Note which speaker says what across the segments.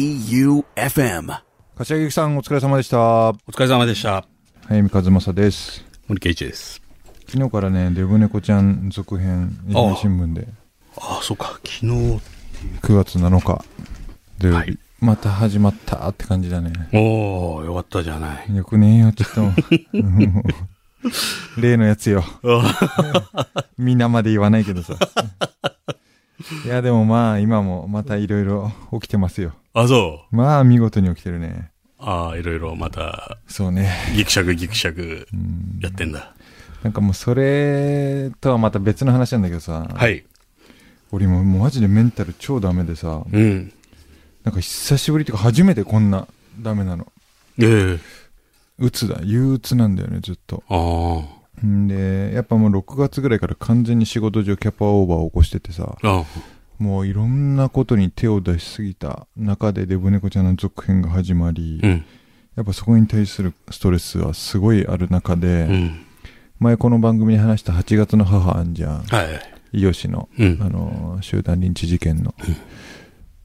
Speaker 1: J-O-E-U-F-M
Speaker 2: 柏木さん、お疲れ様でした。
Speaker 3: お疲れ様でした。
Speaker 2: 早見和正です。
Speaker 3: 森圭一です。
Speaker 2: 昨日からね、デブ猫ちゃん続編、愛媛新聞で、
Speaker 3: ああ、そうか。昨日。
Speaker 2: 9月7日、土曜日、
Speaker 3: はい
Speaker 2: また始まったって感じだね。
Speaker 3: おおよかったじゃない。
Speaker 2: よくねえよ、ちょっと。 うん例のや つよ。皆まで言わないけどさ。いや、でもまあ、今もまたいろいろ起きてますよ。
Speaker 3: あ、そ
Speaker 2: まあ、見事に起きてるね。
Speaker 3: う。ああ、いろいろまた、
Speaker 2: そうね。
Speaker 3: ギクシャクギクシャクやってんだ。
Speaker 2: なんかもうそれとはまた別の話なんだけどさ。
Speaker 3: はい。
Speaker 2: 俺ももうマジでメンタル超ダメでさ。
Speaker 3: うん。
Speaker 2: なんか久しぶりっていうか初めてこんなダメなの。
Speaker 3: ええ
Speaker 2: 鬱だ。憂鬱なんだよね、ずっと。
Speaker 3: あ
Speaker 2: んで、やっぱもう6月ぐらいから完全に仕事上キャパオーバーを起こしててさ。
Speaker 3: あ。ああ。
Speaker 2: もういろんなことに手を出しすぎた中でデブ猫ちゃんの続編が始まり、
Speaker 3: うん。
Speaker 2: やっぱそこに対するストレスはすごいある中で、
Speaker 3: うん。
Speaker 2: 前この番組で話した8月の母あんじゃん。
Speaker 3: はい。
Speaker 2: 伊予市の、
Speaker 3: うん
Speaker 2: あのー、集団リンチ事件の。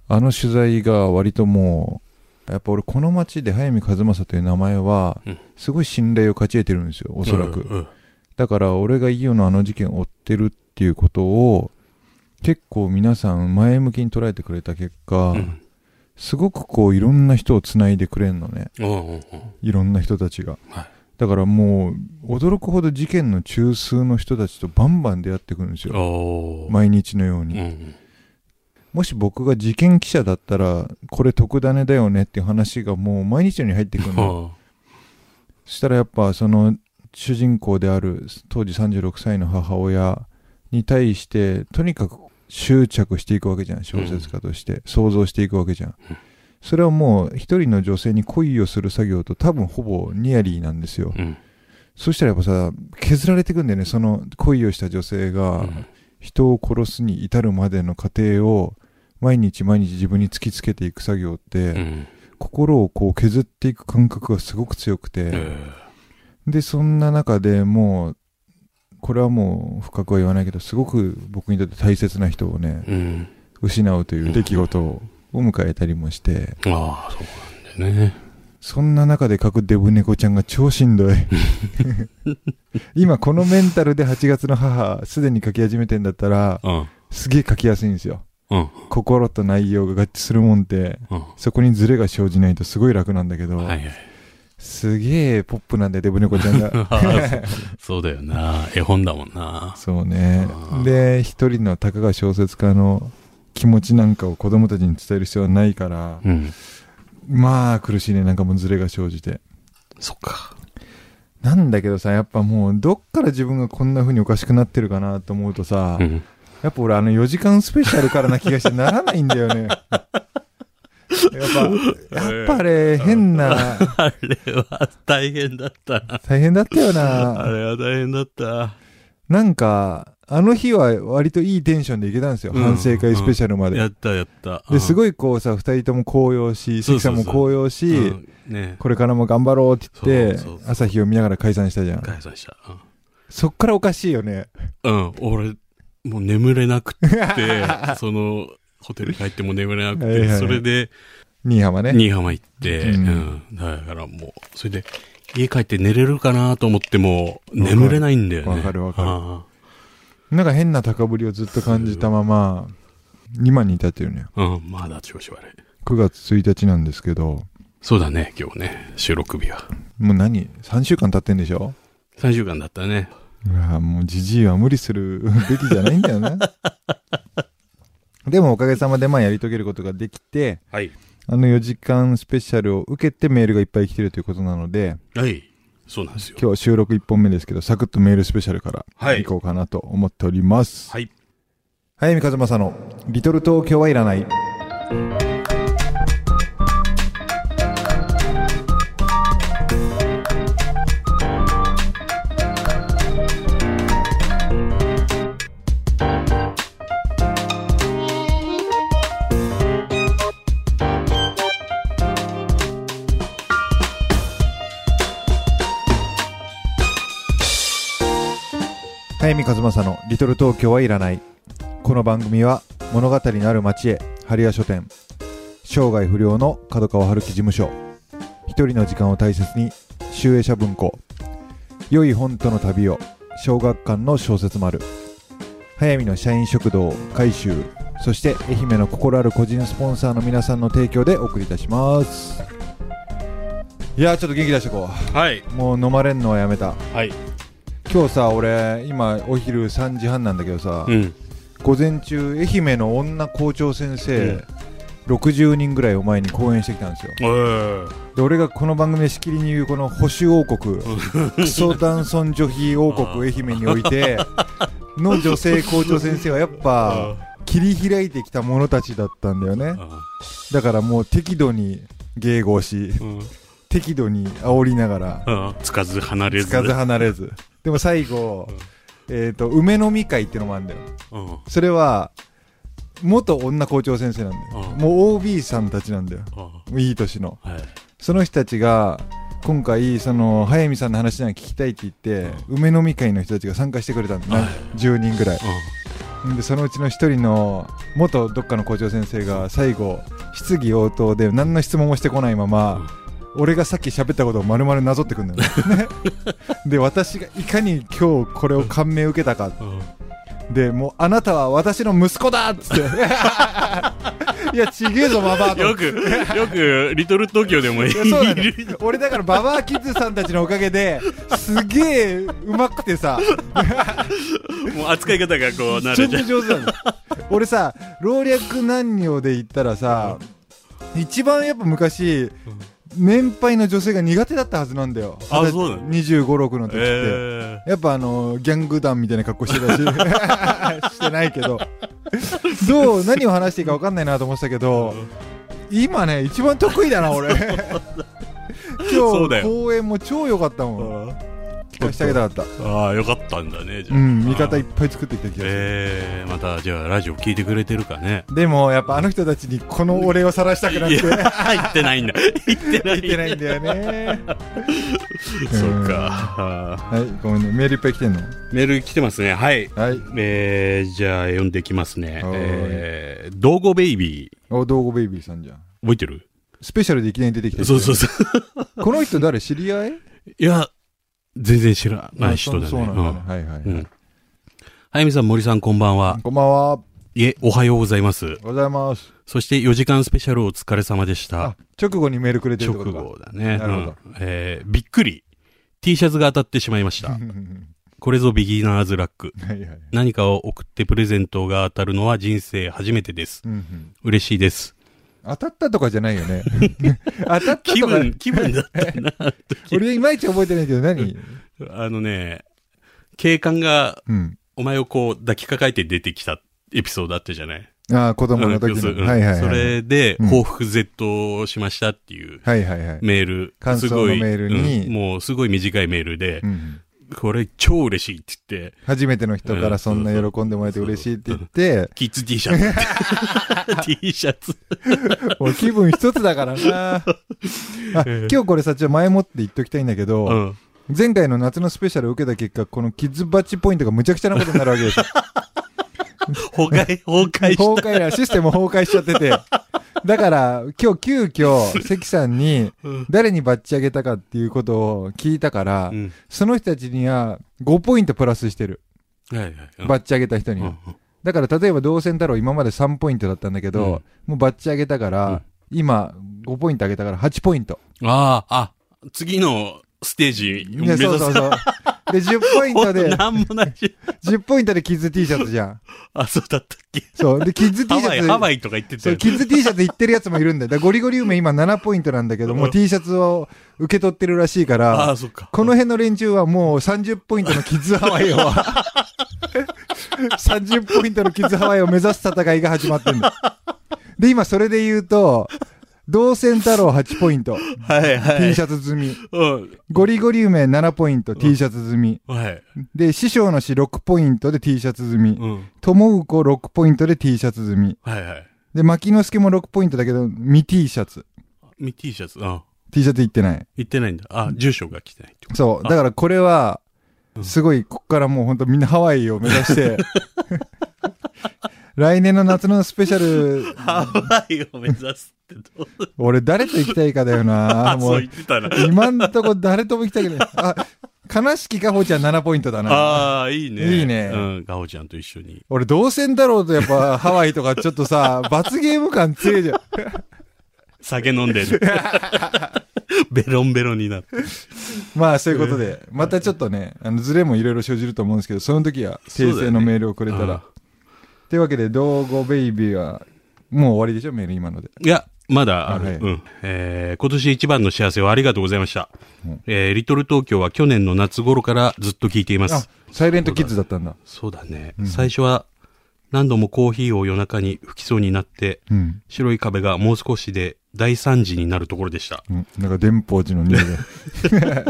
Speaker 2: あの取材が割ともう、やっぱ俺この街で早見和正という名前は
Speaker 3: うん、
Speaker 2: すごい信頼を勝ち得てるんですよ、おそらく。
Speaker 3: うん。
Speaker 2: だから俺が伊予のあの事件を追ってるっていうことを、結構皆さん前向きに捉えてくれた結果、
Speaker 3: うん。
Speaker 2: すごくこういろんな人をつないでくれんのね。
Speaker 3: うんうん
Speaker 2: いろんな人たちが。
Speaker 3: はい
Speaker 2: だからもう驚くほど事件の中枢の人たちとバンバン出会ってくるんです
Speaker 3: うん。
Speaker 2: よ。
Speaker 3: おお。
Speaker 2: 毎日のよう
Speaker 3: う
Speaker 2: に。
Speaker 3: ん。
Speaker 2: もし僕が事件記者だったら、これ特ダネだよねっていう話がもう毎日のように入ってくるの。
Speaker 3: は
Speaker 2: そしたらやっぱその主人公である当時36歳の母親に対してとにかく執着していくわけじゃん小説家として、想像していくわけじゃん、それはもう一人の女性に恋をする作業と多分ほぼニアリーなんですよ、
Speaker 3: あ。うん。
Speaker 2: そしたらやっぱさ削られてくんだよねその恋をした女性が
Speaker 3: うん
Speaker 2: 人を殺すに至るまでの過程を毎日毎日自分に突きつけていく作業って、
Speaker 3: うん。
Speaker 2: 心をこう削っていく感覚がすごく強くて、
Speaker 3: え
Speaker 2: で、そんな中でもう、これはもう深くは言わないけど、すごく僕にとって大切な人をね
Speaker 3: え、うん。
Speaker 2: 失うという出来事を迎えたりもして、
Speaker 3: ああ、そうなんだよね。
Speaker 2: そんな中で書くデブ猫ちゃんが超 しんどい。今このメンタルで8月の母、すでに書き始めてんだったら、
Speaker 3: うん。
Speaker 2: すげえ書きやすいんですよ。
Speaker 3: うん。
Speaker 2: 心と内容が合致するもんって、
Speaker 3: う
Speaker 2: そこにズレが生じないとすごい楽なんだけど、
Speaker 3: ん。はいはい。
Speaker 2: すげえポップなんだよ、デブ猫ちゃ んが。
Speaker 3: ああそうそうだよな。絵本だもんな。
Speaker 2: そうね
Speaker 3: う。ん
Speaker 2: で、一人のたかが小説家の気持ちなんかを子供たちに伝える必要はないから、
Speaker 3: うん。
Speaker 2: まあ苦しいね、なんかもうズレが生じて。
Speaker 3: そっか。
Speaker 2: なんだけどさ、やっぱもうどっから自分がこんな風におかしくなってるかなと思うとさ、
Speaker 3: うん。
Speaker 2: やっぱ俺あの4時間スペシャルからな気がしてならないんだよ ね。やっぱ、やっぱあれ変な、
Speaker 3: あれは大変だった。
Speaker 2: 大変だったよ
Speaker 3: あ
Speaker 2: な。
Speaker 3: れは大変だった。
Speaker 2: なんか、あの日は割といいテンションでいけたんですよ。
Speaker 3: うん
Speaker 2: 反省会スペシャルまで。
Speaker 3: やったやった。
Speaker 2: で、す
Speaker 3: い、
Speaker 2: ごいこうさ、二人とも高揚し、
Speaker 3: そう
Speaker 2: 関
Speaker 3: そう
Speaker 2: さ
Speaker 3: んそう
Speaker 2: も高揚し、
Speaker 3: うんね
Speaker 2: これからも頑張ろうって言って
Speaker 3: そうそう、そう
Speaker 2: 朝日を見ながら解散したじゃん。
Speaker 3: 解散した。
Speaker 2: そっからおかしいよね。
Speaker 3: うん。うん俺、もう眠れなくって、 その、ホテルに帰っても眠れなくて、
Speaker 2: はいはいはい
Speaker 3: それで、
Speaker 2: 新居浜ね。
Speaker 3: 新居浜行って、
Speaker 2: う
Speaker 3: うんん、だからもう、それで、家帰って寝れるかなと思っても、眠れないんだよね。
Speaker 2: わかるわかる
Speaker 3: あ
Speaker 2: なんか変な高ぶりをずっと感じたまま、今に至ってるね。
Speaker 3: あうん、まだ調子悪い。
Speaker 2: 9月1日なんですけど、
Speaker 3: そうだね、今日ね、収録日は。
Speaker 2: もう何 ?3 週間経ってんでしょ
Speaker 3: 3週間だったね。
Speaker 2: うわもうじじいは無理するべきじゃないんだ よな。でもおかげさまでまあやり遂げることができて、
Speaker 3: はい。
Speaker 2: あの4時間スペシャルを受けてメールがいっぱい来てるということなので、
Speaker 3: はい。そうなんですよ。
Speaker 2: 今日収録1本目ですけど、サクッとメールスペシャルから、
Speaker 3: はい
Speaker 2: 行こうかなと思っております。
Speaker 3: はい。
Speaker 2: 早見和正の、リトル東京はいらない。早見和正の「リトル東京はいらない」この番組は物語のある街へ春屋書店生涯不良の角川春樹事務所一人の時間を大切に集英社文庫良い本との旅を小学館の小説丸早見の社員食堂改修そして愛媛の心ある個人スポンサーの皆さんの提供でお送りいたしますいやーちょっと元気出してこ
Speaker 3: はい。
Speaker 2: うもう飲まれんのはやめた
Speaker 3: はい。
Speaker 2: 今日さ俺今お昼3時半なんだけどさ、
Speaker 3: うん。
Speaker 2: 午前中愛媛の女校長先
Speaker 3: う
Speaker 2: 生
Speaker 3: ん、
Speaker 2: 60人ぐらいを前に講演してきたんですよ
Speaker 3: うん。
Speaker 2: で俺がこの番組でしきりに言うこの保守王国クソ男尊女卑王国愛媛においての女性校長先生はやっぱ切り開いてきた者たちだったんだよねだからもう適度に迎合し
Speaker 3: うん。
Speaker 2: 適度に煽りながら
Speaker 3: うん。つかず離れず。
Speaker 2: つかず離れずでも最後、えっと梅飲み会ってのもあるんだよ
Speaker 3: うん。うん
Speaker 2: それは元女校長先生なんだよ
Speaker 3: うん
Speaker 2: もう OB さんたちなんだよいい年の
Speaker 3: はい。
Speaker 2: その人たちが今回その早見さんの話なんか聞きたいって言って、梅飲み会の人たちが参加してくれたんだ、な
Speaker 3: はい
Speaker 2: 10人ぐらいでそのうちの1人の元どっかの校長先生が最後質疑応答で何の質問もしてこないまま、俺がさっき喋ったことを丸々なぞってくんだよね ねで私がいかに今日これを感銘受けたか
Speaker 3: うん。うん。
Speaker 2: でもうあなたは私の息子だっつって いやちげえぞババアと
Speaker 3: よく、よく、リトル東京でもい
Speaker 2: いやそうなの
Speaker 3: る。
Speaker 2: 俺だからババアキッズさんたちのおかげですげえうまくてさ
Speaker 3: もう扱い方がこう、慣
Speaker 2: ちょ
Speaker 3: れち
Speaker 2: っ
Speaker 3: ゃ
Speaker 2: と
Speaker 3: う。
Speaker 2: 上手なの俺さ老若男女で言ったらさ一番やっぱ昔年配の女性が苦手だったはずなんだよ
Speaker 3: あそうなの
Speaker 2: 2 5 6の時って、
Speaker 3: え
Speaker 2: やっぱあのギャング団みたいな格好してたし してないけどどう何を話していいか分かんないなと思ってたけ
Speaker 3: え
Speaker 2: ど、今ね一番得意だ な俺
Speaker 3: そ
Speaker 2: 今
Speaker 3: うだ
Speaker 2: 日
Speaker 3: よ
Speaker 2: 公演も超良かったもん聞かせてあげたかっ
Speaker 3: ああ、よかったんだね、じ
Speaker 2: た
Speaker 3: ゃ
Speaker 2: う
Speaker 3: あ。
Speaker 2: ん味方
Speaker 3: あ
Speaker 2: い
Speaker 3: あ
Speaker 2: っぱい作ってきた気がする、
Speaker 3: ええ、また、じゃあ、ラジオ聞いてくれてるかね。
Speaker 2: でもやっぱあの人たちにこの俺を晒したくなく
Speaker 3: いや、
Speaker 2: て
Speaker 3: 言ってない んだ。言ってない。
Speaker 2: 言ってないんだよね
Speaker 3: そっか。ああ
Speaker 2: はいごめんねメールいっぱい来てんの
Speaker 3: メール来てますね。はい。
Speaker 2: はい
Speaker 3: えー、じゃあ、読んでいきますね。
Speaker 2: はーい
Speaker 3: えー、道後ベイビー。
Speaker 2: お道後ベイビーさんじゃん
Speaker 3: 覚えてる
Speaker 2: スペシャルでいきなり出てきた人
Speaker 3: そうそうそう。
Speaker 2: この人誰知り 合い
Speaker 3: いや、全然知らない人だね。
Speaker 2: あそうそうなんだね、はいはい、
Speaker 3: うんうんはやみさん、森さん、こんばんは。
Speaker 2: こんばんはおはよ
Speaker 3: いえ、おはようございます
Speaker 2: う。ございます
Speaker 3: そして、4時間スペシャルお疲れ様でし
Speaker 2: あ
Speaker 3: た。
Speaker 2: 直後にメールくれてるっ
Speaker 3: 直
Speaker 2: てことか
Speaker 3: 後だね。
Speaker 2: なるほど
Speaker 3: うんえー、びっくり。T シャツが当たってしまいました。これぞビギナーズラック。
Speaker 2: はいはい
Speaker 3: 何かを送ってプレゼントが当たるのは人生初めてです。
Speaker 2: うんうん
Speaker 3: 嬉しいです。
Speaker 2: 当たったとかじゃないよ ね。当たった
Speaker 3: 気
Speaker 2: とか、
Speaker 3: 分、気分だったな。
Speaker 2: 俺いまいち覚えてないけど何
Speaker 3: あのね、警官が
Speaker 2: うん。
Speaker 3: お前をこう抱きかかえて出てきたエピソードあったじゃない
Speaker 2: ああ、子供の時
Speaker 3: うん
Speaker 2: の。はいはいはい。
Speaker 3: それで
Speaker 2: うん
Speaker 3: 報復絶倒をしましたっていう
Speaker 2: はいはいはい。
Speaker 3: メール。
Speaker 2: 感想の
Speaker 3: すごい
Speaker 2: メールに
Speaker 3: うんもうすごい短いメールで
Speaker 2: う、ん
Speaker 3: これ超嬉しいって言って、
Speaker 2: 初めての人からそんな喜んでもらえて嬉しいって言って、
Speaker 3: キッズ T シャツって。T シャツ。
Speaker 2: 俺気分一つだか らな。あ今日これさ、ちょっと前もって言っときたいんだけ
Speaker 3: う
Speaker 2: ど、
Speaker 3: ん。
Speaker 2: 前回の夏のスペシャルを受けた結果、このキッズバッチポイントがむちゃくちゃなことになるわけですよ。
Speaker 3: 崩壊、崩壊し
Speaker 2: 崩壊やシステム崩壊しちゃってて。だから、今日急遽、関さんに
Speaker 3: うん、
Speaker 2: 誰にバッチ上げたかっていうことを聞いたか
Speaker 3: た。
Speaker 2: ら
Speaker 3: う、ん。
Speaker 2: その人たちには5ポイントプラスしてる。
Speaker 3: はいはい。うん
Speaker 2: バッチ上げた人に
Speaker 3: う
Speaker 2: は。
Speaker 3: ん
Speaker 2: だから例えば同線太郎今まで3ポイントだったんだけど、もうバッチ上げたから、今5ポイント上げたから8ポイント。
Speaker 3: ああ、あ、次のステージ目
Speaker 2: いや
Speaker 3: 指す。
Speaker 2: そうそうそう。で、10ポイン
Speaker 3: ほ
Speaker 2: ト
Speaker 3: ん と
Speaker 2: で、
Speaker 3: なんもないし。
Speaker 2: 10ポイントでキッズ T シャツじゃん。
Speaker 3: あ、そうだったっけ
Speaker 2: そう。で、キッズ T
Speaker 3: ハ
Speaker 2: シ
Speaker 3: ワイ、
Speaker 2: ャツ。
Speaker 3: ハワイとか言ってた
Speaker 2: そ
Speaker 3: よ
Speaker 2: う、
Speaker 3: ね
Speaker 2: キッズ T シャツいってるやつもいるんだよ。だからゴリゴリ梅今7ポイントなんだけど、もう T シャツを受け取ってるらしいか
Speaker 3: あ
Speaker 2: ら
Speaker 3: あ、、そっか。
Speaker 2: この辺の連中はもう30ポイントのキッズハワイを、30ポイントのキッズハワイを目指す戦いが始まってんだ。で、今それで言うと、同線太郎8ポイント、
Speaker 3: はいは
Speaker 2: T
Speaker 3: い。
Speaker 2: シャツ済み。
Speaker 3: うん。
Speaker 2: ゴリゴリ梅7ポイント、T シャツ済み。
Speaker 3: はい。
Speaker 2: で、師匠の師6ポイントで T シャツ済み。
Speaker 3: うん。
Speaker 2: 友う子6ポイントで T シャツ済み。
Speaker 3: はいはい。
Speaker 2: で、牧之助も6ポイントだけど、未 T シャツ。
Speaker 3: み T シャツ、あ
Speaker 2: T シャツ行ってない。
Speaker 3: 言ってないんだ。あ、住所が来てないってこ
Speaker 2: そう。
Speaker 3: あ
Speaker 2: だからこれは
Speaker 3: う、ん
Speaker 2: すごい、こっからもう本当みんなハワイを目指して、来年の夏のスペシャル、
Speaker 3: ハワイを目指すってどう
Speaker 2: 俺誰と行きたいかだよな。
Speaker 3: あ、
Speaker 2: も
Speaker 3: そう
Speaker 2: う
Speaker 3: 言、ってたな。
Speaker 2: 今んとこ誰とも行きたくない。あ、悲しきかほちゃん7ポイントだな。
Speaker 3: ああ、いいね。
Speaker 2: いいね
Speaker 3: うん、ガオちゃんと一緒に。
Speaker 2: 俺、同線だろうとやっぱハワイとかちょっとさ、罰ゲーム感強いじゃん。
Speaker 3: 酒飲んで る。ベロンベロンになって。
Speaker 2: まあそういうことで、またちょっとね、あのズレもいろいろ生じると思うんですけど、その時は訂正のメールをくれた
Speaker 3: そうだ
Speaker 2: ら。
Speaker 3: よね
Speaker 2: というわけで、道後ベイビーは、もう終わりでしょ、メール今ので。
Speaker 3: いや、まだある。
Speaker 2: あはい
Speaker 3: うん。えー今年一番の幸せをありがとうございました。
Speaker 2: うん
Speaker 3: えーリトル東京は去年の夏頃からずっと聞いていま
Speaker 2: あ
Speaker 3: す。、
Speaker 2: サイレントキッズだったんだ。
Speaker 3: そうだね。最初は何度もコーヒーを夜中に吹きそうになって、
Speaker 2: うん。
Speaker 3: 白い壁がもう少しで大惨事になるところでした。
Speaker 2: うん、なんか、電報寺の匂いが。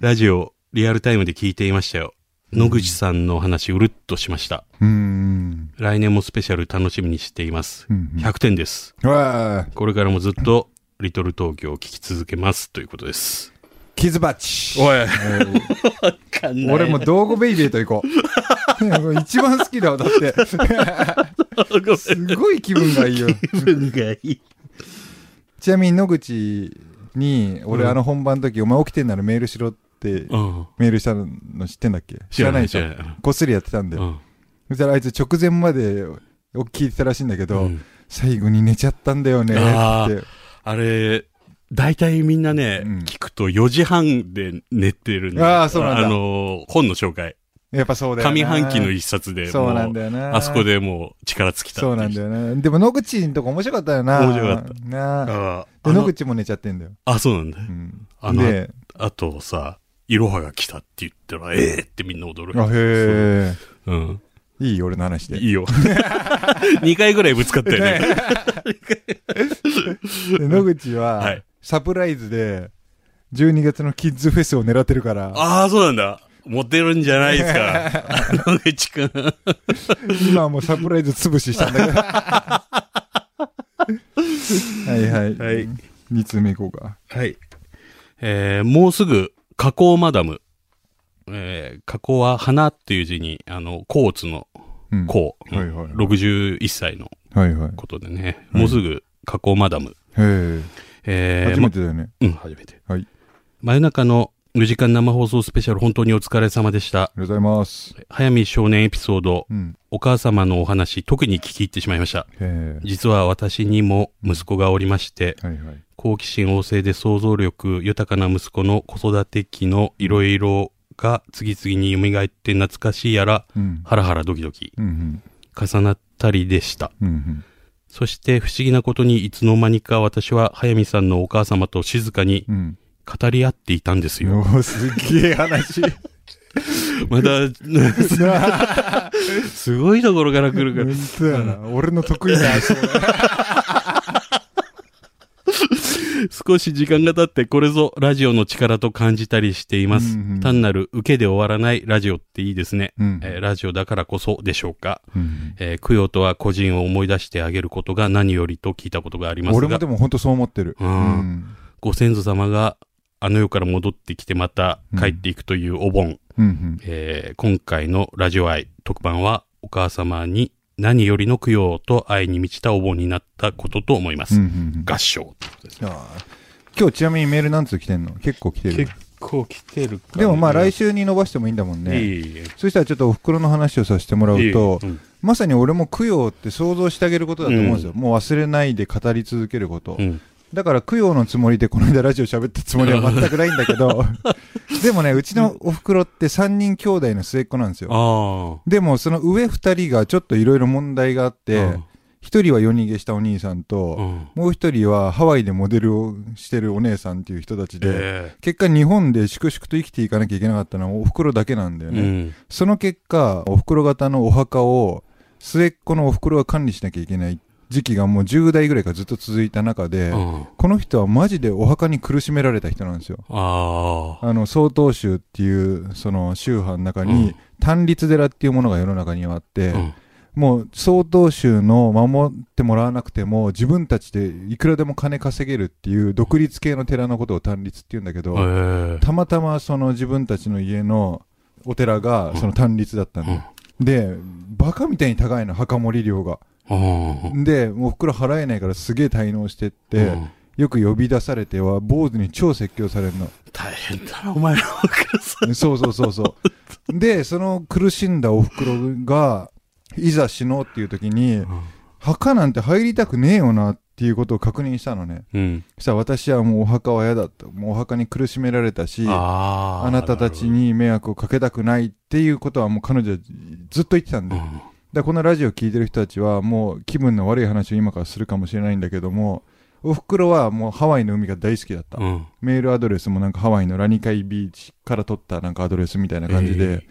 Speaker 3: ラジオ、リアルタイムで聞いていましたよ。野口さんのお話、うるっとしました。
Speaker 2: うーん。
Speaker 3: 来年もスペシャル楽しみにしています。
Speaker 2: うんうん
Speaker 3: 100点です。
Speaker 2: うわー
Speaker 3: これからもずっと、リトル東京を聞き続けます。ということです。
Speaker 2: キズバッチ。
Speaker 3: おい、
Speaker 2: 俺 も道後ベイビーと行こ う。一番好き だわ、だって。すごい気分がいいよ。
Speaker 3: 気分がいい。
Speaker 2: ちなみに野口に、俺あの本番の時、お前起きてんならメールしろって
Speaker 3: うん。
Speaker 2: メールしたの知ってんだっけ知らないでしょ。
Speaker 3: 知らない
Speaker 2: こっそりやってたんだ
Speaker 3: う
Speaker 2: よ。
Speaker 3: ん。
Speaker 2: そしたらあいつ直前まで聞いてたらしいんだけど、
Speaker 3: うん
Speaker 2: 最後に寝ちゃったんだよね
Speaker 3: あー
Speaker 2: って。
Speaker 3: あれ、大体みんなね、
Speaker 2: うん
Speaker 3: 聞くと4時半で寝てるんだ
Speaker 2: あーそうなんだ
Speaker 3: あのー、本の紹介。
Speaker 2: やっぱそうだよな。
Speaker 3: 上半期の一冊で、
Speaker 2: そうなん
Speaker 3: も
Speaker 2: だよな。
Speaker 3: あそこ。でもう力尽きたってい
Speaker 2: そうなんだよな。でも野口のとこ面白かったよな。。
Speaker 3: 面白かった
Speaker 2: なあ
Speaker 3: あー
Speaker 2: で
Speaker 3: あ
Speaker 2: 野
Speaker 3: の、
Speaker 2: 口も寝ちゃってんだよ。
Speaker 3: あ、そうなんだ。
Speaker 2: うん
Speaker 3: あの
Speaker 2: で、
Speaker 3: あとさ、いろはが来たって言ったら、ええってみんな驚
Speaker 2: あ、
Speaker 3: いて。
Speaker 2: へえ。
Speaker 3: うん。
Speaker 2: いい俺の話で。
Speaker 3: いいよ。2回ぐらいぶつかったよ ね。
Speaker 2: で野口は、
Speaker 3: はい
Speaker 2: サプライズで、12月のキッズフェスを狙ってるから、
Speaker 3: ああ、そうなんだ。モテるんじゃないです か。野口くん。
Speaker 2: 今はもうサプライズ潰ししたん だけど。はいはい。
Speaker 3: はい。
Speaker 2: 2通目いこうか。
Speaker 3: はい。えーもうすぐ、加工マダム。えー、加工は花っていう字に、あの、コーツの
Speaker 2: うん
Speaker 3: コウ、
Speaker 2: はいはい
Speaker 3: 61歳の
Speaker 2: はいはい。
Speaker 3: ことでね、
Speaker 2: うん
Speaker 3: もうすぐ、加工マダム。
Speaker 2: へえ。
Speaker 3: えー
Speaker 2: 初めてだよね。
Speaker 3: まうん、初めて。
Speaker 2: はい。
Speaker 3: 真夜中の4時間生放送スペシャル、本当にお疲れ様でした。
Speaker 2: ありがとうございます。
Speaker 3: 早見少年エピソード、
Speaker 2: うん。
Speaker 3: お母様のお話、特に聞き入ってしまいました。
Speaker 2: へ
Speaker 3: 実は私にも息子がおりまして、
Speaker 2: え。はいはい。
Speaker 3: 好奇心旺盛で想像力豊かな息子の子育て期のいろいろが次々に蘇って懐かしいやら、
Speaker 2: うん。
Speaker 3: ハラハラドキドキ、
Speaker 2: うんうん。
Speaker 3: 重なったりでした。
Speaker 2: うんうん。
Speaker 3: そして不思議なことにいつの間にか私は早見さんのお母様と静かに
Speaker 2: うん。
Speaker 3: 語り合っていたんですよ。
Speaker 2: おーすっげえ話。
Speaker 3: まだ、
Speaker 2: な
Speaker 3: すごいところから来る から。
Speaker 2: そうやな。俺の得意な話。
Speaker 3: 少し時間が経ってこれぞラジオの力と感じたりしています。
Speaker 2: うんうん
Speaker 3: 単なる受けで終わらないラジオっていいですね。
Speaker 2: うん
Speaker 3: えーラジオだからこそでしょうか。
Speaker 2: うん
Speaker 3: えー供養とは個人を思い出してあげることが何よりと聞いたことがあります
Speaker 2: 俺も
Speaker 3: が
Speaker 2: で、も本当そう思ってる。
Speaker 3: うん
Speaker 2: うん
Speaker 3: ご先祖様があの世から戻ってきてまた帰っていくというお盆、
Speaker 2: うんうん。
Speaker 3: えー今回のラジオ愛特番はお母様に何よりの供養と愛に満ちたお盆になったことと思いま
Speaker 2: う
Speaker 3: す。
Speaker 2: んうん
Speaker 3: 合唱。
Speaker 2: うん、ああ今日ちなみにメール何通来てんの結構来てる
Speaker 3: 結。構来てるから、
Speaker 2: でもまあ来週に伸ばしてもいいんだもんね。
Speaker 3: いい
Speaker 2: そしたらちょっとお袋の話をさせてもらうと、
Speaker 3: いいうん
Speaker 2: まさに俺も供養って想像してあげることだと思うんですよ。もう忘れないで語り続けること。
Speaker 3: うん
Speaker 2: だから供養のつもりでこの間ラジオ喋ったつもりは全くないんだ けど、でもね、うちのお袋って3人兄弟の末っ子なんですよ。
Speaker 3: あ
Speaker 2: でもその上2人がちょっといろいろ問題があっ
Speaker 3: あ。
Speaker 2: て、1人は夜逃げしたお兄さんと、
Speaker 3: うんうん
Speaker 2: もう一人はハワイでモデルをしてるお姉さんっていう人たちで、
Speaker 3: え
Speaker 2: 結果日本で粛々と生きていかなきゃいけなかったのはお袋だけなんだ
Speaker 3: え
Speaker 2: よね。
Speaker 3: うん
Speaker 2: その結果、お袋型のお墓を末っ子のお袋が管理しなきゃいけない時期がもう10代ぐらいからずっと続いた中で、
Speaker 3: うん
Speaker 2: この人はマジでお墓に苦しめられた人なんですよ。
Speaker 3: ああ。
Speaker 2: あの、曹洞宗っていう、その宗派の中
Speaker 3: う
Speaker 2: に
Speaker 3: ん、
Speaker 2: 単立寺っていうものが世の中にはあって、
Speaker 3: うん
Speaker 2: もう曹洞宗の守ってもらわなくても自分たちでいくらでも金稼げるっていう独立系の寺のことを単立って言うんだけど、
Speaker 3: ええ
Speaker 2: たまたまその自分たちの家のお寺がその単立だったんだ、
Speaker 3: うん
Speaker 2: で、バカみたいに高いの、墓守り量が。
Speaker 3: ああ。
Speaker 2: で、もう袋払えないからすげえ滞納してって、
Speaker 3: うん
Speaker 2: よく呼び出されては、坊主に超説教されるの。
Speaker 3: 大変だな、お前らお母さ
Speaker 2: そうそうそう そう。で、その苦しんだお袋が、いざ死のうっていう時に、
Speaker 3: ん。
Speaker 2: 墓なんて入りたくねえよなっていうことを確認したのね。
Speaker 3: うん。
Speaker 2: さあ私はもうお墓は嫌だと。もうお墓に苦しめられたし、あ
Speaker 3: ああ。
Speaker 2: なたたちに迷惑をかけたくないっていうことはもう彼女はずっと言ってたん
Speaker 3: な
Speaker 2: で。
Speaker 3: る
Speaker 2: だか
Speaker 3: ほど。
Speaker 2: らこのラジオ聞いてる人たちはもう気分の悪い話を今からするかもしれないんだけども、お袋はもうハワイの海が大好きだった。
Speaker 3: うん。うん
Speaker 2: メールアドレスもなんかハワイのラニカイビーチから取ったなんかアドレスみたいな感じで、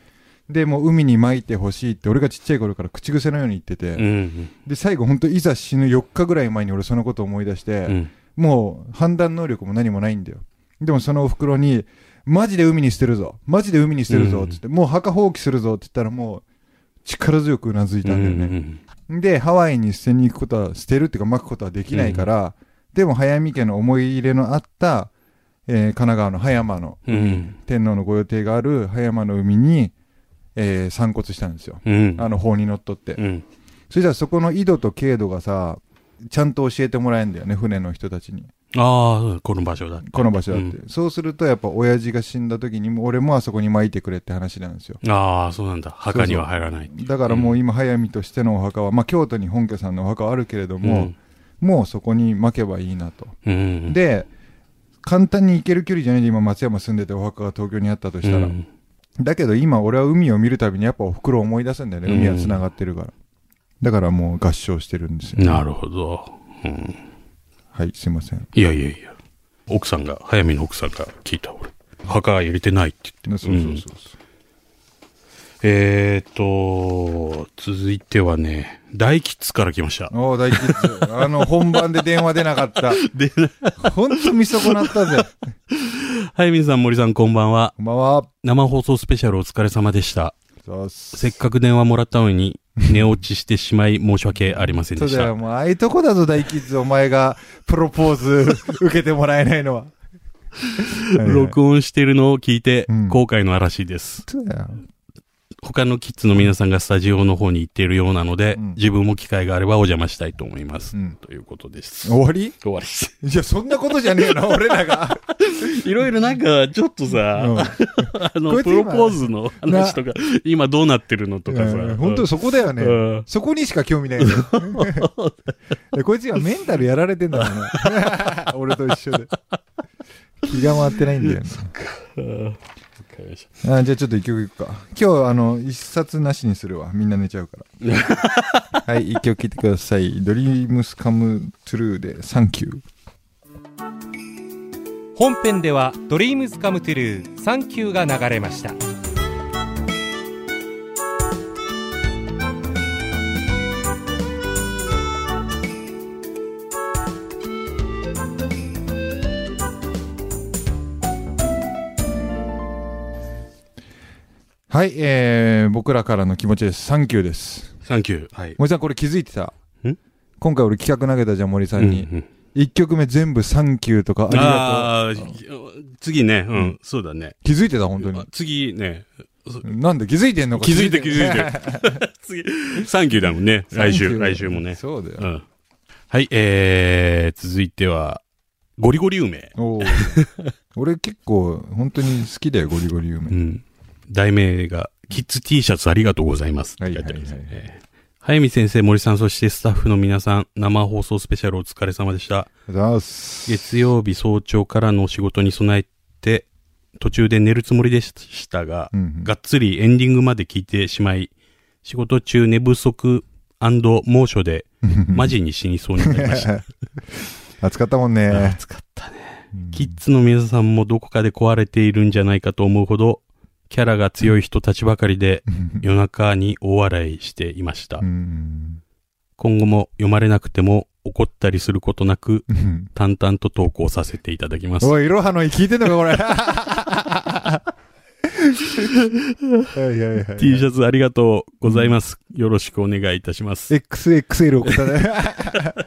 Speaker 2: で、もう海に撒いてほしいって俺がちっちゃい頃から口癖のように言ってて、
Speaker 3: うん。
Speaker 2: で、最後本当いざ死ぬ4日ぐらい前に俺そのことを思い出して、
Speaker 3: うん。
Speaker 2: もう判断能力も何もないんだよ。でもそのお袋に、マジで海に捨てるぞマジで海に捨てるぞ
Speaker 3: うん
Speaker 2: って言って、もう墓放棄するぞって言ったらもう力強くうなずいたんだよね。で、ハワイに捨てに行くことは、捨てるっていうか巻くことはできないから、でも早見家の思い入れのあった、えー神奈川の葉山の、
Speaker 3: うん。うん。
Speaker 2: 天皇のご予定がある葉山の海に、えー散骨したんですよ。
Speaker 3: うん。
Speaker 2: あの法にのっとって。
Speaker 3: うん。
Speaker 2: そしたらそこの井戸と経度がさ、ちゃんと教えてもらえるんだよね、船の人たちに。
Speaker 3: ああ、この場所だって。
Speaker 2: この場所だって。そうするとやっぱ親父が死んだ時に、俺もあそこに巻いてくれって話なんですよ。
Speaker 3: ああ、そうなんだ。墓には入らない。
Speaker 2: だからもう今、早見としてのお墓は、まあ京都に本家さんのお墓はあるけれども、
Speaker 3: ん。
Speaker 2: もうそこに巻けばいいなと。
Speaker 3: うん。
Speaker 2: で、簡単に行ける距離じゃないで、今松山住んでてお墓が東京にあったと
Speaker 3: うん、
Speaker 2: したら。
Speaker 3: うん
Speaker 2: だけど今俺は海を見るたびにやっぱお袋を思い出すんだよね。
Speaker 3: うん
Speaker 2: 海は繋がってるから。だからもう合唱してるんですよ。
Speaker 3: なるほど。うん。
Speaker 2: はい、すいません。
Speaker 3: いやいやいや。奥さんが、早見の奥さんが聞いた、俺。墓入れてないって
Speaker 2: そうそうそうそう。
Speaker 3: えーと、続いてはね、大キッズから来ました。
Speaker 2: おお、大吉。あの、本番で電話出なかった。
Speaker 3: で、
Speaker 2: ほんと見損なったぜ。
Speaker 3: はい、皆さん、森さん、こんばんは。
Speaker 2: こんばんは。
Speaker 3: 生放送スペシャルお疲れ様でした。
Speaker 2: そうっす
Speaker 3: せっかく電話もらったのに、寝落ちしてしまい申し訳ありませんで
Speaker 2: そう
Speaker 3: し
Speaker 2: だ
Speaker 3: た
Speaker 2: よ、。もう、ああいうとこだぞ、大キッズ。お前が、プロポーズ、受けてもらえないのは。
Speaker 3: 録音してるのを聞いて
Speaker 2: うん、
Speaker 3: 後悔の嵐です。
Speaker 2: 音だよ。
Speaker 3: 他のキッズの皆さんがスタジオの方に行っているようなので、
Speaker 2: うん
Speaker 3: 自分も機会があればお邪魔したいと思います。
Speaker 2: うん。
Speaker 3: ということです。
Speaker 2: 終わり
Speaker 3: 終わりです。
Speaker 2: いや、そんなことじゃねえ な、俺らが。
Speaker 3: いろいろなんか、ちょっとさ、
Speaker 2: うん
Speaker 3: あ
Speaker 2: こ
Speaker 3: の、
Speaker 2: いつ
Speaker 3: プ
Speaker 2: 今
Speaker 3: ロポーズの話とか、今どうなってるのとかさ。
Speaker 2: うん本当そこだよね。
Speaker 3: うん
Speaker 2: そこにしか興味ないよね。 でこいつ今メンタルやられてんだもんね。 俺と一緒で。気が回ってないんだよ ね。
Speaker 3: うんわかりまし
Speaker 2: あじゃあちょっと一曲いくか。今日、あの、一冊なしにするわ。みんな寝ちゃうから。 はい、一曲聴いてください。ドリームスカムトゥルーで、サンキュー。
Speaker 1: 本編では「ドリームズカムトゥルーサンキューが流れました
Speaker 2: はい、えー、僕らからの気持ちです。サンキューです。
Speaker 3: た。サンキュー。はい。
Speaker 2: 森さん、これ気づいてた
Speaker 3: ん
Speaker 2: 今回俺企画投げたじゃん、森さんに。
Speaker 3: うんうん
Speaker 2: 一曲目全部サンキューとかありがと
Speaker 3: ああー、次ね、うん、そうだね。
Speaker 2: う。気づいてた、本当に
Speaker 3: あ。次ね、
Speaker 2: なんで気づいてんのか
Speaker 3: 気づいて気づいて
Speaker 2: ない
Speaker 3: 次、サンキューだもんね。 来
Speaker 2: サンキュ
Speaker 3: 週、
Speaker 2: ー
Speaker 3: 来週もね。
Speaker 2: そうだよ。
Speaker 3: うん。はい、えー、続いては、ゴリゴリ梅。
Speaker 2: おー俺結構、本当に好きだよ、ゴリゴリ有
Speaker 3: う
Speaker 2: 名。
Speaker 3: ん。題名が、キッズ T シャツありがとうございます。
Speaker 2: はいはい
Speaker 3: っ
Speaker 2: はい
Speaker 3: て書てありますねえー早見先生、森さん、そしてスタッフの皆さん、生放送スペシャルお疲れ様でした。
Speaker 2: ありがとうございます。
Speaker 3: 月曜日早朝からのお仕事に備えて、途中で寝るつもりでしたが、
Speaker 2: うんうん
Speaker 3: がっつりエンディングまで聞いてしまい、仕事中寝不足猛暑で、マジに死にそうになりました。
Speaker 2: 暑かったもん
Speaker 3: あ
Speaker 2: ね。
Speaker 3: 暑かったね。
Speaker 2: うん
Speaker 3: キッズの皆さんもどこかで壊れているんじゃないかと思うほど、キャラが強い人たちばかりで、夜中に大笑いしていました
Speaker 2: う。ん。
Speaker 3: 今後も読まれなくても怒ったりすることなく、
Speaker 2: うん
Speaker 3: 淡々と投稿させていただきます。
Speaker 2: おい、いろはのい聞いてんのか、 これ。はいはいはい。
Speaker 3: T シャツありがとうございます。よろしくお願いいたします。
Speaker 2: XXL 送ったね。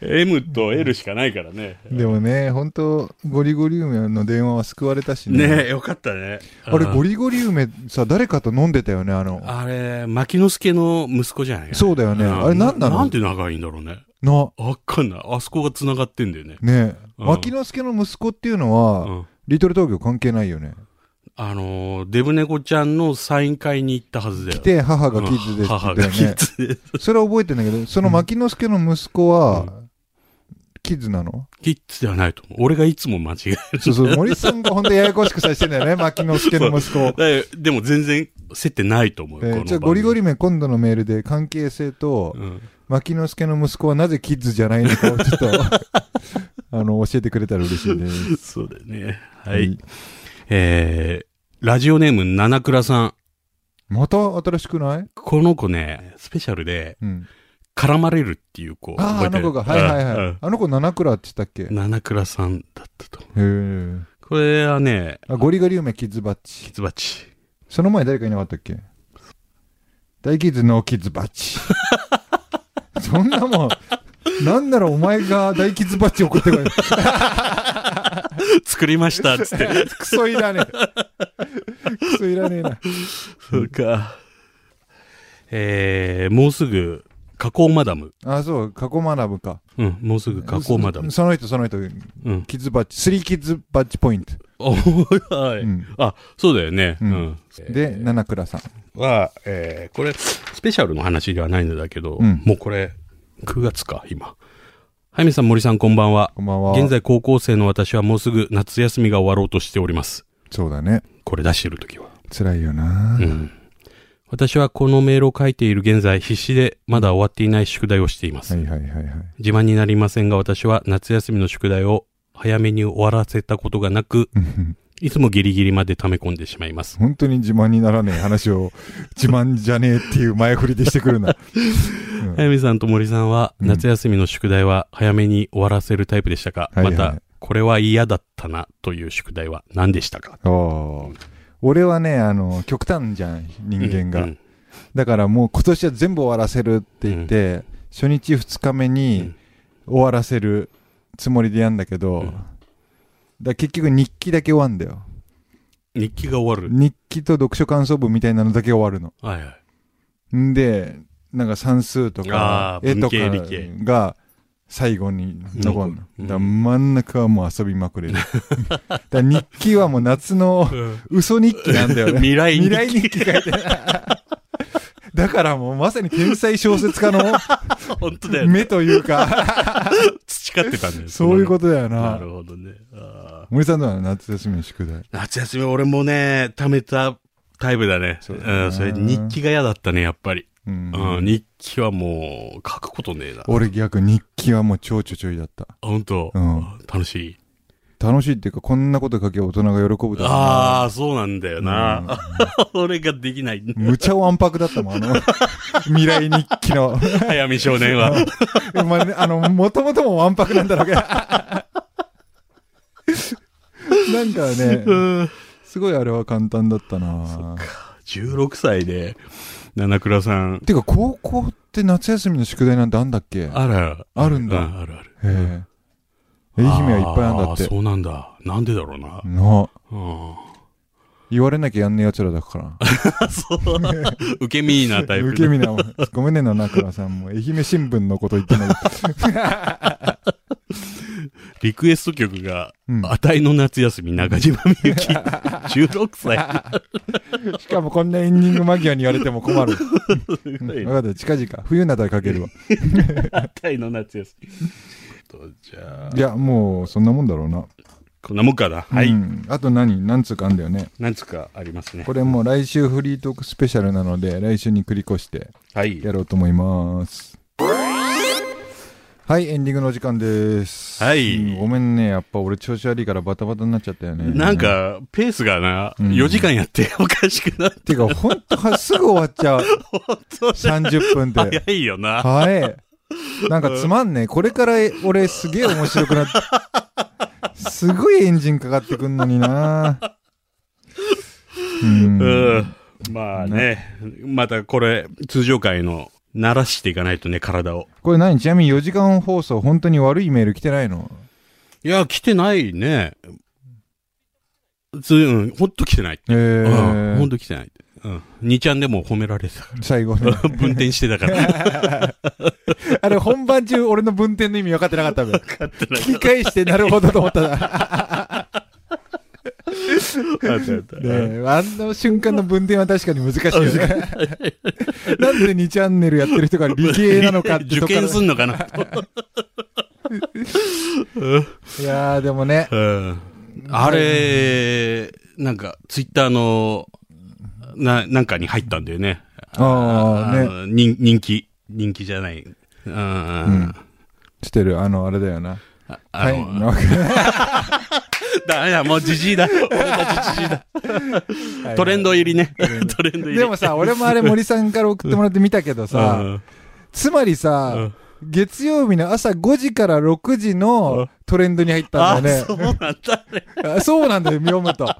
Speaker 3: M と L しかないからね。
Speaker 2: でもね、本当ゴリゴリ梅の電話は救われたしね。
Speaker 3: ねえ、よかったね。
Speaker 2: あれ、ゴ
Speaker 3: リ
Speaker 2: リゴリ梅さ、誰かと飲んでたよね、あの。
Speaker 3: あれ、牧之助の息子じゃない
Speaker 2: そうだよね。
Speaker 3: ん
Speaker 2: あれ、なんなの
Speaker 3: なんで長いんだろうね。
Speaker 2: な、
Speaker 3: わかんない。あそこが繋がってんだよね。
Speaker 2: ね
Speaker 3: うん
Speaker 2: 牧之助の息子っていうの
Speaker 3: う
Speaker 2: は、
Speaker 3: ん。
Speaker 2: リトル東京関係ないよね。
Speaker 3: あのー、デブ猫ちゃんのサイン会に行ったはずだよ。
Speaker 2: 来て、母
Speaker 3: う
Speaker 2: が
Speaker 3: ん、
Speaker 2: キッズですって言
Speaker 3: 母
Speaker 2: った
Speaker 3: が
Speaker 2: よ
Speaker 3: キ
Speaker 2: ね
Speaker 3: ッ。ズです。
Speaker 2: それは覚えてんだけど、その牧之助の息子は
Speaker 3: う、
Speaker 2: キッズなの
Speaker 3: キッズではないと思う。俺がいつも間違える。
Speaker 2: そうそう、森さんが本当ややこしくさせてんだ よね、牧之助の息子を。
Speaker 3: だからでも全然接点ないと思うよ。
Speaker 2: え
Speaker 3: こ
Speaker 2: ー
Speaker 3: の
Speaker 2: じゃあゴリゴ
Speaker 3: リ。
Speaker 2: リめ今度のメールで関係性と、
Speaker 3: うん
Speaker 2: 牧之助の息子はなぜキッズじゃないのかをちょっと あの教えてくれたら嬉しいです。
Speaker 3: そうだよね。はい。えー、ラジオネーム七倉さん。
Speaker 2: また新しくない、
Speaker 3: この子ね、スペシャルで、
Speaker 2: うん、
Speaker 3: 絡まれるっていう子。
Speaker 2: ああ、
Speaker 3: 覚え
Speaker 2: あの
Speaker 3: てる
Speaker 2: 子が、はいはいは
Speaker 3: う
Speaker 2: い。
Speaker 3: ん
Speaker 2: あの子七倉って言ったっけ、
Speaker 3: うん七倉さんだったと思う。
Speaker 2: へえ。
Speaker 3: これはね、
Speaker 2: あゴリゴリ梅キッズバッ
Speaker 3: キ
Speaker 2: チ。
Speaker 3: ツバチ。
Speaker 2: その前誰かいなかったっけ大キッズのキッズバッ チ。そんなもん、なんならお前が大キッズバッチ送ってこい。
Speaker 3: 作りま したっつって。
Speaker 2: クソいらね え。クソいらねえな。
Speaker 3: そうか。えー、もうすぐ、加工マダム。
Speaker 2: あ、そう、過去学ぶか。
Speaker 3: うん、もうすぐ加工マダム
Speaker 2: そ。その人、その人、
Speaker 3: うん。
Speaker 2: キッズバッチ、スリーキッズバッチポイント。
Speaker 3: お は
Speaker 2: う
Speaker 3: い。
Speaker 2: ん
Speaker 3: あ、そうだよね。う
Speaker 2: うん
Speaker 3: ん。
Speaker 2: で、七倉さん。
Speaker 3: は、えーこれ、スペシャルの話ではないんだけど、
Speaker 2: うん
Speaker 3: もうこれ、9月か、今。はい、皆さん、森さん、こんばんは。
Speaker 2: こんばんは。
Speaker 3: 現。在、高校生の私はもうすぐ夏休みが終わろうとしております。
Speaker 2: そうだね。
Speaker 3: これ出してる時は。
Speaker 2: 辛いよな
Speaker 3: う。ん。私はこのメールを書いている現在、必死でまだ終わっていない宿題をしています。
Speaker 2: はいはいはい はい。
Speaker 3: 自慢になりませんが、私は夏休みの宿題を早めに終わらせたことがなく、いつもギリギリまで溜め込んでしまいます。
Speaker 2: 本当に自慢にならねえ話を、 自慢じゃねえっていう前振りでしてくるな。うん
Speaker 3: 早見さんと森さんは、
Speaker 2: うん
Speaker 3: 夏休みの宿題は早めに終わらせるタイプでしたか、
Speaker 2: はいはい
Speaker 3: また、これは嫌だったなという宿題は何でしたか
Speaker 2: おー俺はね、あの、極端じゃん、人間
Speaker 3: う
Speaker 2: が。
Speaker 3: ん
Speaker 2: だからもう今年は全部終わらせるって言って、初日二日目に終わらせるつもりでやんだけど、
Speaker 3: うん
Speaker 2: だから結局日記だけ終わんだよ。
Speaker 3: 日記が終わる。
Speaker 2: 日記と読書感想文みたいなのだけ終わるの。
Speaker 3: はいはい。
Speaker 2: んで、なんか算数とか
Speaker 3: あ、ー
Speaker 2: 絵とか
Speaker 3: 文系理系
Speaker 2: が最後に残るの。だ
Speaker 3: 残
Speaker 2: か
Speaker 3: るうん
Speaker 2: ら真ん中はもう遊びまくれる。だから日記はもう夏の嘘日記なんだよね。
Speaker 3: 未来
Speaker 2: 未
Speaker 3: に。
Speaker 2: 来日記書いてない。だからもうまさに天才小説家 の
Speaker 3: 本当だよね。
Speaker 2: 目というか、
Speaker 3: 培ってたんだよ。
Speaker 2: そういうこととだよ
Speaker 3: な
Speaker 2: な
Speaker 3: る。ほどね。あー
Speaker 2: 森さんのは夏休みの宿題。
Speaker 3: 夏休み俺もね、溜めたタイプだね。
Speaker 2: そうだね
Speaker 3: ん、それ日記が嫌だったね、やっぱり。
Speaker 2: うん
Speaker 3: うん、日記はもう、書くことねえな。あ、
Speaker 2: 俺逆に日記はもう超ちょちょいだった。
Speaker 3: 本当、
Speaker 2: うん
Speaker 3: 楽しい。
Speaker 2: 楽しいっていうか、こんなこと書けば大人が喜ぶだろうな
Speaker 3: ああ、そうなんだよな。 俺ができない。
Speaker 2: むちゃわんぱくだったもん、あの、 未来日記の。
Speaker 3: 早見少年は。
Speaker 2: まあね、あの、もともともわんぱくなんだろうけど。 なんかね、
Speaker 3: うん
Speaker 2: すごいあれは簡単だったな
Speaker 3: 16歳で、七倉さん。
Speaker 2: てか、高校って夏休みの宿題なんてあんだっけ
Speaker 3: あら。
Speaker 2: あるんだ
Speaker 3: うんあるある。
Speaker 2: へえ。愛媛はいっぱいあんだっ
Speaker 3: あー
Speaker 2: て。
Speaker 3: そうなんだ。なんでだろうな。
Speaker 2: な
Speaker 3: うん。
Speaker 2: 言われなきゃやんねえ奴らだから。
Speaker 3: そう。受け身 なタイプ。
Speaker 2: 受け身な。ごめんね、七倉さんも。愛媛新聞のこと言ってない。
Speaker 3: リクエスト曲が、
Speaker 2: うん
Speaker 3: あたいの夏休み、中島み ゆき。16歳。
Speaker 2: しかもこんなエンディング間際に言われても困 る。うんわかった、近々。冬になったらかけるわ。
Speaker 3: あたいの夏休み。とじゃあ
Speaker 2: い、や、もう、そんなもんだろうな。
Speaker 3: こんなもんかな。は
Speaker 2: う
Speaker 3: い。
Speaker 2: んあと何何つうかあんだよね。
Speaker 3: なんつうかありますね
Speaker 2: こ。れもう来週フリートークスペシャルなので、来週に繰り越して
Speaker 3: はい。
Speaker 2: やろうと思います。はい、エンディングのお時間です。
Speaker 3: はい
Speaker 2: うんごめんね、やっぱ俺調子悪いからバタバタになっちゃったよね。
Speaker 3: なん。か、ペースがな、
Speaker 2: うん
Speaker 3: 4時間やって おかしくなって、
Speaker 2: てか、ほんとはすぐ終わっち ゃう。
Speaker 3: そうだ
Speaker 2: 30分で。
Speaker 3: 早いよな。
Speaker 2: はい。なんかつまんねえ。これから俺すげえ面白くなって。 すごいエンジンかかってくんのにな
Speaker 3: う
Speaker 2: う。
Speaker 3: んん。まあね、またこれ、通常回の慣らしていかないとね、体を。
Speaker 2: これ何ちなみに4時間放送、本当に悪いメール来てないの
Speaker 3: いや、来てないね。つうん、ほんと来てない。
Speaker 2: え
Speaker 3: うん、ほん
Speaker 2: ー、
Speaker 3: と来てない。うん。2ちゃんでも褒められてたか
Speaker 2: 最後 の
Speaker 3: ら。分転してた から。
Speaker 2: あれ、本番中、俺の文典の意味分かってなかった分かってない。聞き返して、なるほどと思ったら、
Speaker 3: あったあ った
Speaker 2: ねえあの瞬間の文典は確かに難しいよね。 なんで2チャンネルやってる人が理系なのかって
Speaker 3: 受
Speaker 2: とこから
Speaker 3: 験すんのかな。
Speaker 2: いやー、でもね。
Speaker 3: うんあれ、なんか、ツイッターの、な、なんかに入ったんだよね。
Speaker 2: ああ、ね。
Speaker 3: の人人気、人気じゃない。うん。
Speaker 2: んしてる、あの、あれだよな。
Speaker 3: ああ
Speaker 2: はい。
Speaker 3: の、
Speaker 2: なんか
Speaker 3: ダメだ、もうじじいだ。俺たちじじいだ。トレンド入りね。トレンド入り。
Speaker 2: でもさ、俺もあれ森さんから送ってもらって見たけ ど
Speaker 3: う
Speaker 2: さ、
Speaker 3: ん
Speaker 2: つまりさ、
Speaker 3: うん
Speaker 2: 月曜日の朝5時から6時
Speaker 3: う
Speaker 2: の
Speaker 3: ん
Speaker 2: トレンドに入った
Speaker 3: あ、
Speaker 2: んだよ
Speaker 3: そう
Speaker 2: ね。
Speaker 3: なんだね。
Speaker 2: あそうなんだよ、読むと。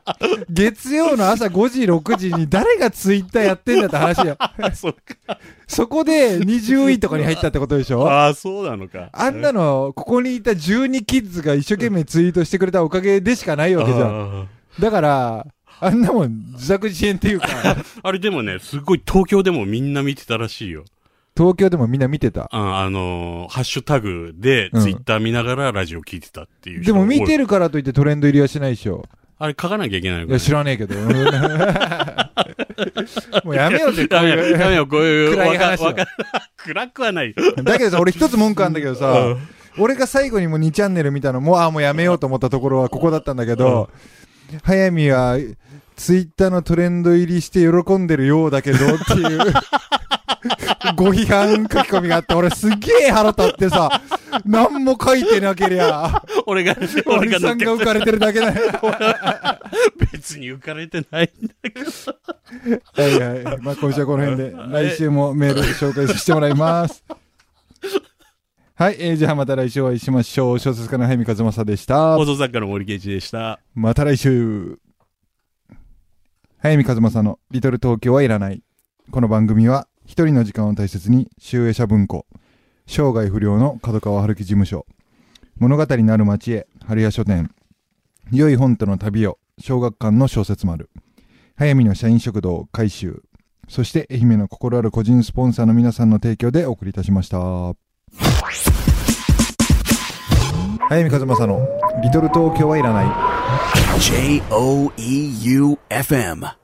Speaker 2: 月曜の朝5時、6時に誰がツイッターやってんだって話 よ。
Speaker 3: あ、そうか。
Speaker 2: そこで20位とかに入ったってことでしょ
Speaker 3: ああ、そうなのか。
Speaker 2: あんな
Speaker 3: の
Speaker 2: の、ここにいた12キッズが一生懸命ツイートしてくれたおかげでしかないわけじゃん。
Speaker 3: あ
Speaker 2: だから、あんなもん自作自演っていうか、
Speaker 3: ーあれでもね、すごい東京でもみんな見てたらしいよ。
Speaker 2: 東京でもみんな見てた。
Speaker 3: ああのーハッシュタグで
Speaker 2: うん
Speaker 3: ツイッター見ながらラジオ聞いてたっていう
Speaker 2: で
Speaker 3: 人が
Speaker 2: も
Speaker 3: 多い。
Speaker 2: 見てるからといってトレンド入りはしないでしょ。
Speaker 3: あれ書かなきゃいけないの
Speaker 2: い
Speaker 3: かな
Speaker 2: や、知らねえけど。もうやめようぜ、こ
Speaker 3: ダ
Speaker 2: う
Speaker 3: メよ、
Speaker 2: い う
Speaker 3: ダメよ、こういう、
Speaker 2: 暗い
Speaker 3: わ
Speaker 2: 話
Speaker 3: か、
Speaker 2: を
Speaker 3: わか、暗くはない。
Speaker 2: だけどさ、俺一つ文句あんだけど
Speaker 3: う
Speaker 2: さ、俺が最後にもう2チャンネル見たの、もう、ああ、もうやめようと思ったところはここだったんだけど、早見は、ツイッターのトレンド入りして喜んでるようだけどっ ていう、ご批判書き込みがあって、俺すげえ腹立ってさ、何も書いてなけりゃ、
Speaker 3: 俺が、 俺
Speaker 2: 森
Speaker 3: が乗
Speaker 2: さ
Speaker 3: っ
Speaker 2: ん
Speaker 3: け
Speaker 2: が浮かれてるだけだよ。
Speaker 3: 別に浮かれてないんだけど。
Speaker 2: はいはい。まあ、今週はこの辺で、来週もメール紹介させてもらいます。はい、えーじゃあまた来週お会いしましょう。小説家の早見和正でした
Speaker 3: 放。送作家の森圭一でした。
Speaker 2: また来週。早見和正のリトル東京はいらない。この番組は、一人の時間を大切に、集英社文庫、生涯不良の角川春樹事務所、物語のある街へ、春屋書店、良い本との旅を、小学館の小説丸、早見の社員食堂改修、そして愛媛の心ある個人スポンサーの皆さんの提供でお送りいたしました。早見和正のリトル東京はいらない。
Speaker 4: J O E U F M.